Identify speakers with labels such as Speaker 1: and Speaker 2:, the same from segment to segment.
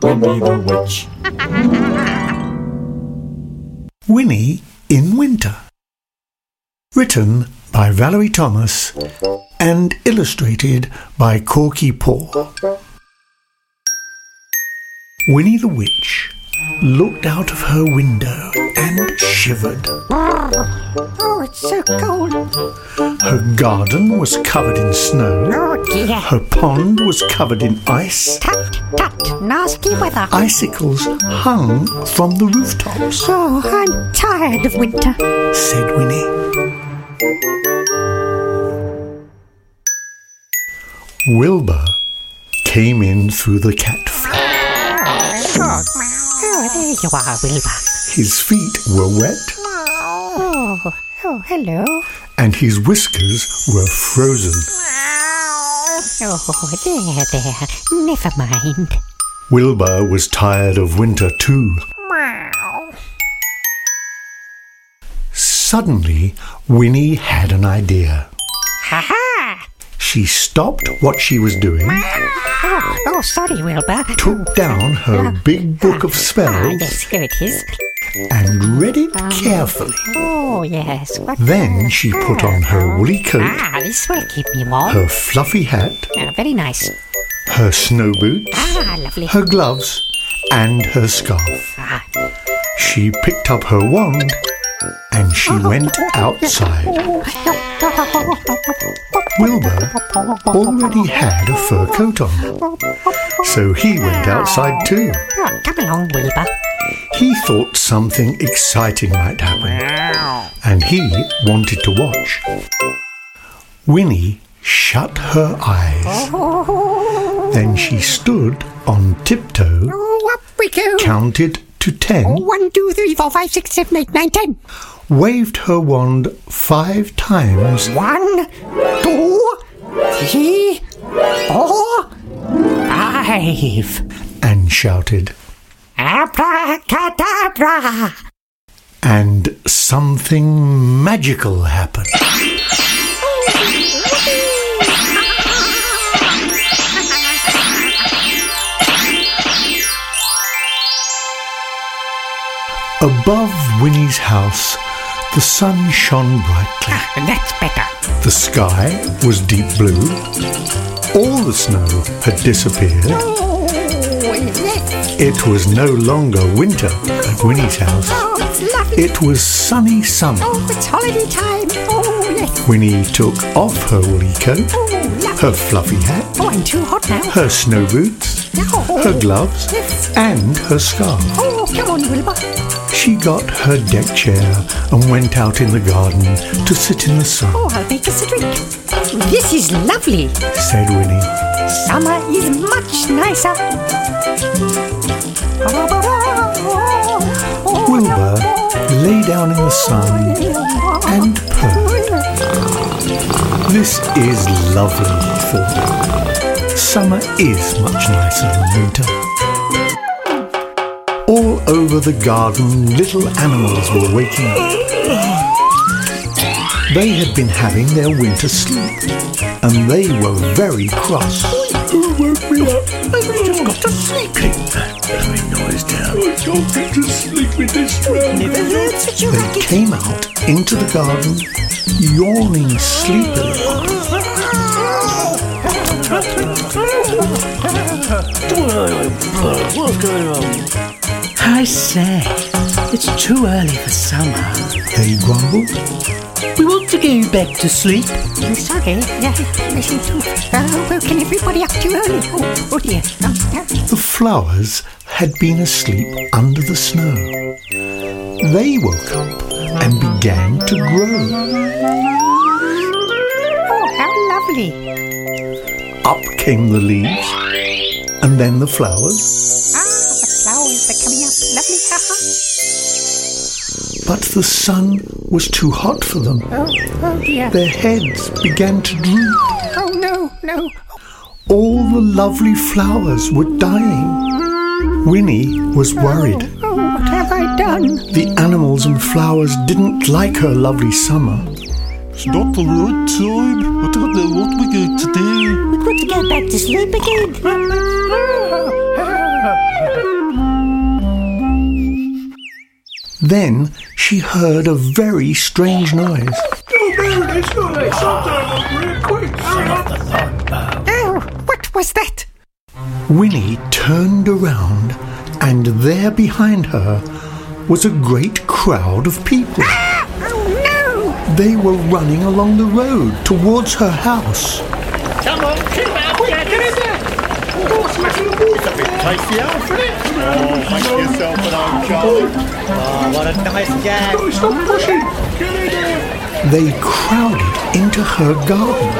Speaker 1: Winnie, Winnie the Witch.
Speaker 2: Winnie in Winter. Written by Valerie Thomas and illustrated by Corky Paw. Winnie the Witch looked out of her window and shivered.
Speaker 3: Oh, it's so cold.
Speaker 2: Her garden was covered in snow.
Speaker 3: Oh dear.
Speaker 2: Her pond was covered in ice.
Speaker 3: Tut, tut, nasty weather.
Speaker 2: Icicles hung from the rooftops,
Speaker 3: Oh, I'm tired of winter.
Speaker 2: said Winnie. Wilbur came in through the cat flap.
Speaker 3: Oh, there you are, Wilbur.
Speaker 2: His feet were wet
Speaker 3: Oh, oh, hello.
Speaker 2: and his whiskers were frozen.
Speaker 3: Oh, there, there. Never mind.
Speaker 2: Wilbur was tired of winter too. Suddenly, Winnie had an idea.
Speaker 3: Ha ha!
Speaker 2: She stopped what she was doing,
Speaker 3: Oh, oh, sorry, Wilbur. Uh,
Speaker 2: took down her big book of
Speaker 3: Ah,
Speaker 2: spells,
Speaker 3: yes, here it is.
Speaker 2: and read it carefully.
Speaker 3: Oh, yes. What?
Speaker 2: Then she put on her woolly coat,
Speaker 3: Ah, this will keep me warm.
Speaker 2: her fluffy hat,
Speaker 3: Ah, very nice.
Speaker 2: her snow boots,
Speaker 3: Ah, lovely.
Speaker 2: her gloves, and her scarf.
Speaker 3: Ah,
Speaker 2: She picked up her wand and she went outside. Wilbur already had a fur coat on, so he went outside too.
Speaker 3: oh, come along, Wilbur.
Speaker 2: He thought something exciting might happen, and he wanted to watch. Winnie shut her eyes. Then she stood on tiptoe,
Speaker 3: Oh, up we go.
Speaker 2: counted to ten,
Speaker 3: One, two, three, four, five, six, seven, eight, nine, ten.
Speaker 2: waved her wand five times,
Speaker 3: One, two, three, four, five.
Speaker 2: and shouted.
Speaker 3: Abracadabra.
Speaker 2: And something magical happened. Above Winnie's house, the sun shone brightly.
Speaker 3: Ah, That's better.
Speaker 2: The sky was deep blue. All the snow had disappeared.
Speaker 3: Oh, yes.
Speaker 2: It was no longer winter at Winnie's house.
Speaker 3: Oh, it's lovely.
Speaker 2: It was sunny summer.
Speaker 3: Oh, it's holiday time. Oh, yes.
Speaker 2: Winnie took off her woolly coat,
Speaker 3: Oh, lovely.
Speaker 2: her fluffy hat,
Speaker 3: Oh, I'm too hot now.
Speaker 2: her snow boots, her gloves, and her scarf.
Speaker 3: Oh, come on, Wilbur.
Speaker 2: She got her deck chair and went out in the garden to sit in the sun,
Speaker 3: Oh, I'll make us a drink. This is lovely.
Speaker 2: said Winnie.
Speaker 3: Summer is much nicer. Oh,
Speaker 2: Wilbur lay down in the sun and purred. This is lovely, thought. Summer is much nicer than winter. All over the garden, little animals were waking up. They had been having their winter sleep, and they were very cross. Who woke me up? I've just got to sleep. Keep that blowing noise down. I can't get to sleep with this round.
Speaker 3: That's what you
Speaker 2: They came out into the garden, yawning sleepily.
Speaker 4: I say, it's too early for summer.
Speaker 2: They grumbled.
Speaker 4: We want to go back to sleep.
Speaker 3: I'm sorry. Yeah, I seem to have woken everybody up too early. Oh, oh dear. Um, uh,
Speaker 2: The flowers had been asleep under the snow. They woke up and began to grow.
Speaker 3: Oh, how lovely.
Speaker 2: Up came the leaves, and then the flowers.
Speaker 3: Ah, the flowers are coming up. Lovely. Ha ha.
Speaker 2: But the sun was too hot for them.
Speaker 3: Oh, oh dear.
Speaker 2: Their heads began to droop.
Speaker 3: Oh, no, no.
Speaker 2: All the lovely flowers were dying. Winnie was worried.
Speaker 3: Oh, what have I done?
Speaker 2: The animals and flowers didn't like her lovely summer. It's not the right time. I don't know what we're going to do.
Speaker 3: We've got to go back to sleep again.
Speaker 2: Then she heard a very strange noise.
Speaker 3: Oh, what was that?
Speaker 2: Winnie turned around, and there behind her was a great crowd of people.
Speaker 3: Oh no!
Speaker 2: They were running along the road towards her house. They crowded into her garden.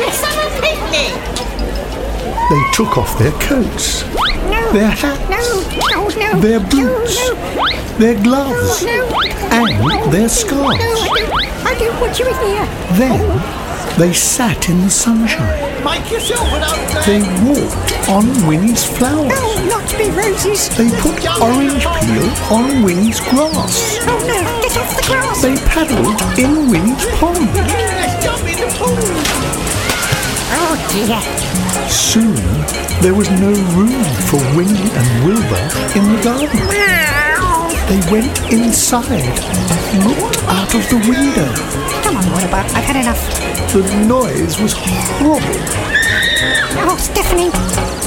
Speaker 2: They took off their coats,
Speaker 3: No!
Speaker 2: their
Speaker 3: No!
Speaker 2: hats,
Speaker 3: Oh no!
Speaker 2: their boots,
Speaker 3: No! no.
Speaker 2: their gloves, and their scarves.
Speaker 3: No, I don't, I don't want you in here.
Speaker 2: Then they sat in the sunshine.
Speaker 5: Make yourself an old
Speaker 2: They walked on Winnie's flowers.
Speaker 3: No, not be roses.
Speaker 2: They put orange peel on Winnie's grass.
Speaker 3: Oh no, get off the grass.
Speaker 2: They paddled in Winnie's pond.
Speaker 5: Let's jump in the pool.
Speaker 3: Oh dear.
Speaker 2: Soon there was no room for Winnie and Wilbur in the garden. They went inside, looked out of the window.
Speaker 3: Come on, Wilbur, I've had enough.
Speaker 2: The noise was horrible.
Speaker 3: Oh, Stephanie,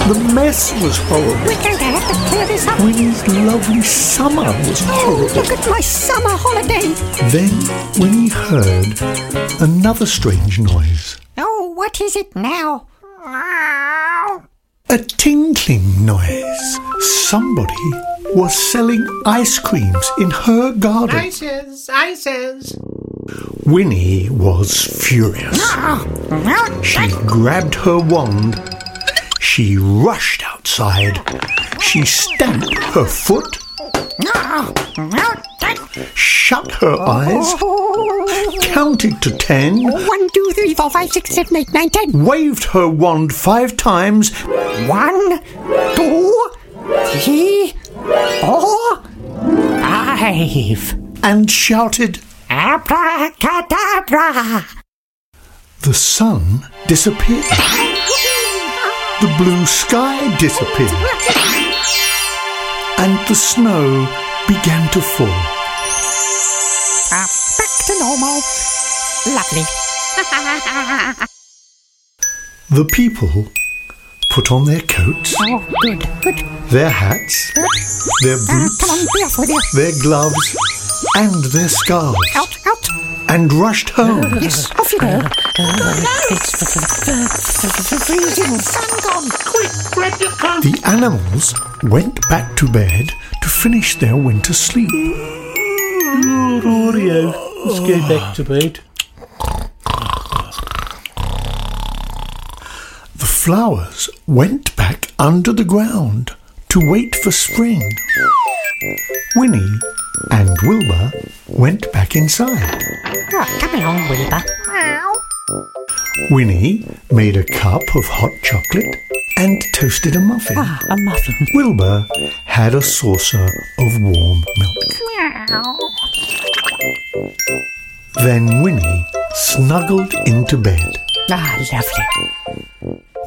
Speaker 2: The mess was horrible.
Speaker 3: we're going to have to clear this up.
Speaker 2: Winnie's lovely summer was
Speaker 3: Oh,
Speaker 2: horrible.
Speaker 3: look at my summer holiday.
Speaker 2: Then Winnie heard another strange noise.
Speaker 3: Oh, what is it now?
Speaker 2: A tinkling noise. Somebody was selling ice creams in her garden.
Speaker 5: Ices, ices.
Speaker 2: Winnie was furious. She grabbed her wand. She rushed outside. She stamped her foot, shut her eyes, counted to ten,
Speaker 3: Oh, One, two, three, four, five, six, seven, eight, nine, ten.
Speaker 2: waved her wand five times,
Speaker 3: One, two, three, four, five.
Speaker 2: and shouted,
Speaker 3: Abracadabra!
Speaker 2: The sun disappeared. The blue sky disappeared. And the snow began to fall.
Speaker 3: Ah, back to normal. Lovely.
Speaker 2: The people put on their coats,
Speaker 3: Oh, good, good.
Speaker 2: their hats, their
Speaker 3: Ah,
Speaker 2: boots,
Speaker 3: come on, be off with you.
Speaker 2: their gloves, and their scarves,
Speaker 3: Out, out.
Speaker 2: and rushed home.
Speaker 3: Oh. Yes, off you go. Freezing sun gone.
Speaker 2: The animals went back to bed to finish their winter sleep.
Speaker 6: Let's go back to bed.
Speaker 2: The flowers went back under the ground to wait for spring. Winnie and Wilbur went back inside.
Speaker 3: Ah, come along, Wilbur.
Speaker 2: Winnie made a cup of hot chocolate and toasted a muffin.
Speaker 4: Ah, a muffin.
Speaker 2: Wilbur had a saucer of warm milk. Then Winnie snuggled into bed.
Speaker 4: Ah, lovely.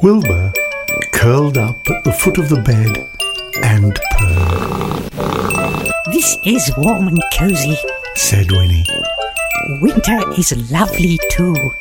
Speaker 2: Wilbur curled up at the foot of the bed and purred,
Speaker 4: This is warm and cozy.
Speaker 2: said Winnie.
Speaker 4: Winter is lovely too.